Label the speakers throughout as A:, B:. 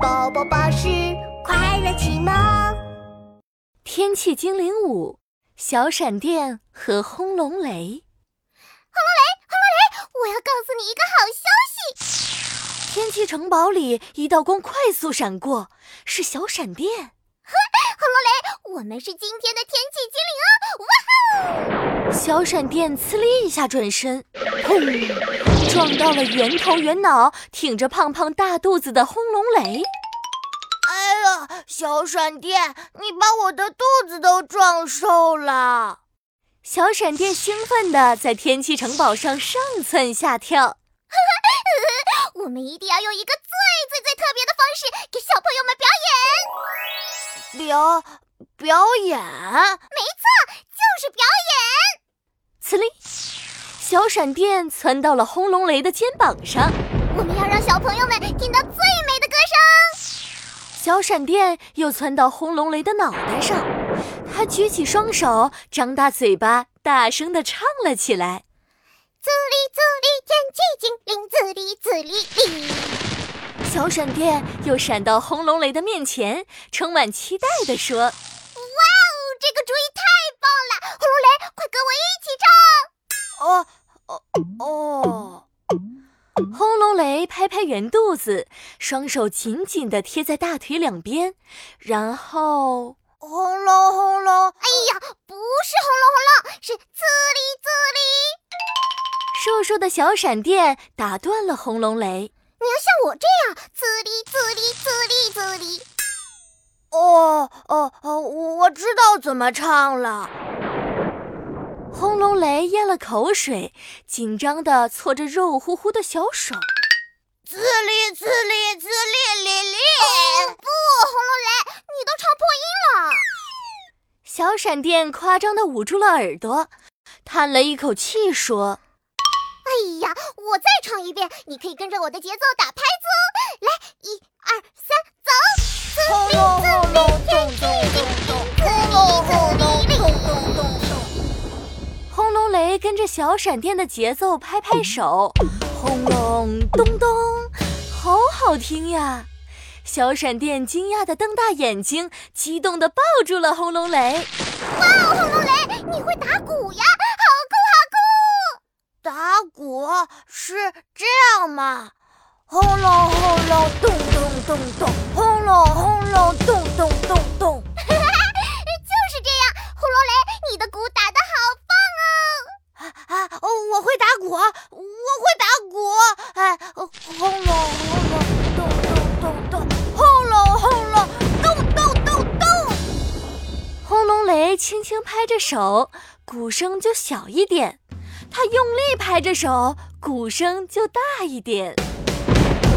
A: 宝宝巴士快乐启蒙。
B: 天气精灵五：小闪电和轰隆雷。
A: 我要告诉你一个好消息，
B: 天气城堡里，一道光快速闪过，是小闪电。
A: 我们是今天的天气精灵哦。
B: 小闪电呲哩一下转身，砰，撞到了圆头圆脑、挺着胖胖大肚子的轰隆雷。
A: 哎呀，小闪电，你把我的肚子都撞瘦了。
B: 小闪电兴奋地在天气城堡上上蹿下跳。
A: 我们一定要用一个最最最特别的方式给小朋友们表演。表表演？没错，就是表
B: 呲
A: 演。
B: 哩，小闪电窜到了轰隆雷的肩膀上。
A: 我们要让小朋友们听到最美的歌声。
B: 小闪电又窜到轰隆雷的脑袋上，他举起双手，张大嘴巴，大声地唱了起来。
A: 滋哩滋哩，天气精灵，滋哩滋哩哩。
B: 小闪电又闪到轰隆雷的面前，充满期待地说
A: 哦，这个主意太棒了！轰隆雷，快跟我一起唱。：“
B: 哦，哦，哦！”轰隆雷拍拍圆肚子，双手紧紧地贴在大腿两边，然后
A: 轰隆轰隆！哎呀，不是轰隆轰隆，是滋哩滋哩。
B: 瘦瘦的小闪电打断了轰隆雷。
A: 你要像我这样滋哩滋哩滋哩滋哩。哦哦哦，我知道怎么唱了。
B: 轰隆雷咽了口水，紧张地搓着肉乎乎的小手。
A: 滋哩滋哩滋哩哩哩。不，轰隆雷，哦你都唱破音了。
B: 小闪电夸张地捂住了耳朵，叹了一口气说
A: 哎呀，我再唱一遍，你可以跟着我的节奏打拍子哦。来，一二三，走！轰隆轰隆，咚咚咚咚，轰隆轰隆，咚咚咚咚。：“
B: 轰隆雷跟着小闪电的节奏拍拍手，轰隆咚咚，好好听呀！”小闪电惊讶地瞪大眼睛，激动地抱住了轰隆雷。
A: 哇，轰隆雷，你会打鼓呀，好酷好酷！打鼓是这样吗？轰隆轰隆，咚咚咚咚，轰隆轰隆，咚咚咚咚。就是这样，轰隆雷，你的鼓打得好棒哦！啊啊，我会打鼓，我会打鼓。哎，轰隆轰隆，咚咚咚咚，轰隆轰隆，咚咚咚咚。
B: 轰隆雷轻轻拍着手，鼓声就小一点；他用力拍着手，鼓声就大一点。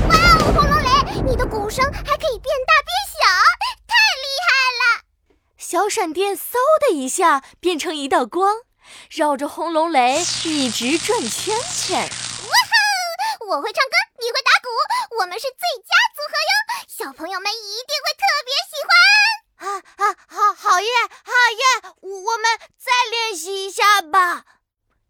A: 哇哦，轰隆雷，你的鼓声还可以变大变小，太厉害了！
B: 小闪电嗖的一下变成一道光，绕着轰隆雷一直转圈圈。
A: 哇哦，我会唱歌，你会打鼓，我们是最佳组合哟，小朋友们一定会特别喜欢。啊啊，好好耶，好耶，我们再练习一下吧。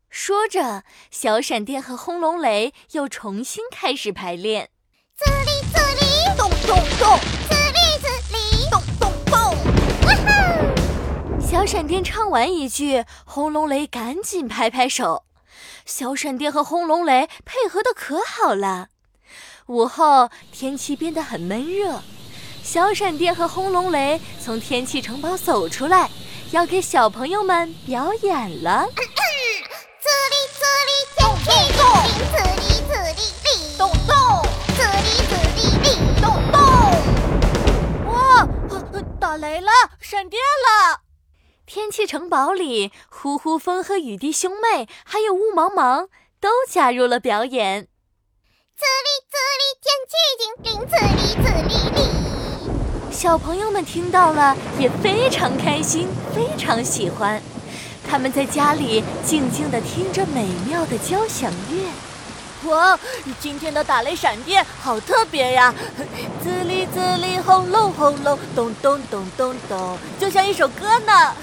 B: 说着，小闪电和轰隆雷又重新开始排练。
A: 滋哩滋哩，咚咚咚，滋哩滋哩，咚咚咚。哇哦！
B: 小闪电唱完一句，轰隆雷赶紧拍拍手。小闪电和轰隆雷配合的可好了。午后天气变得很闷热，小闪电和轰隆雷从天气城堡走出来，要给小朋友们表演了。
A: 滋哩滋哩，天气动，滋哩滋哩哩，咚咚，滋哩滋哩哩，咚咚。哇，
B: 呃
A: 打雷了，闪电了！
B: 天气城堡里，呼呼风和雨滴兄妹还有雾茫茫都加入了表演。
A: 滋哩滋哩，天气精灵，滋哩滋哩哩。
B: 小朋友们听到了也非常开心，非常喜欢。他们在家里静静地听着美妙的交响乐。哇，今天的打雷闪电好特别呀！滋哩滋哩，轰隆轰隆，咚咚咚咚咚，就像一首歌呢。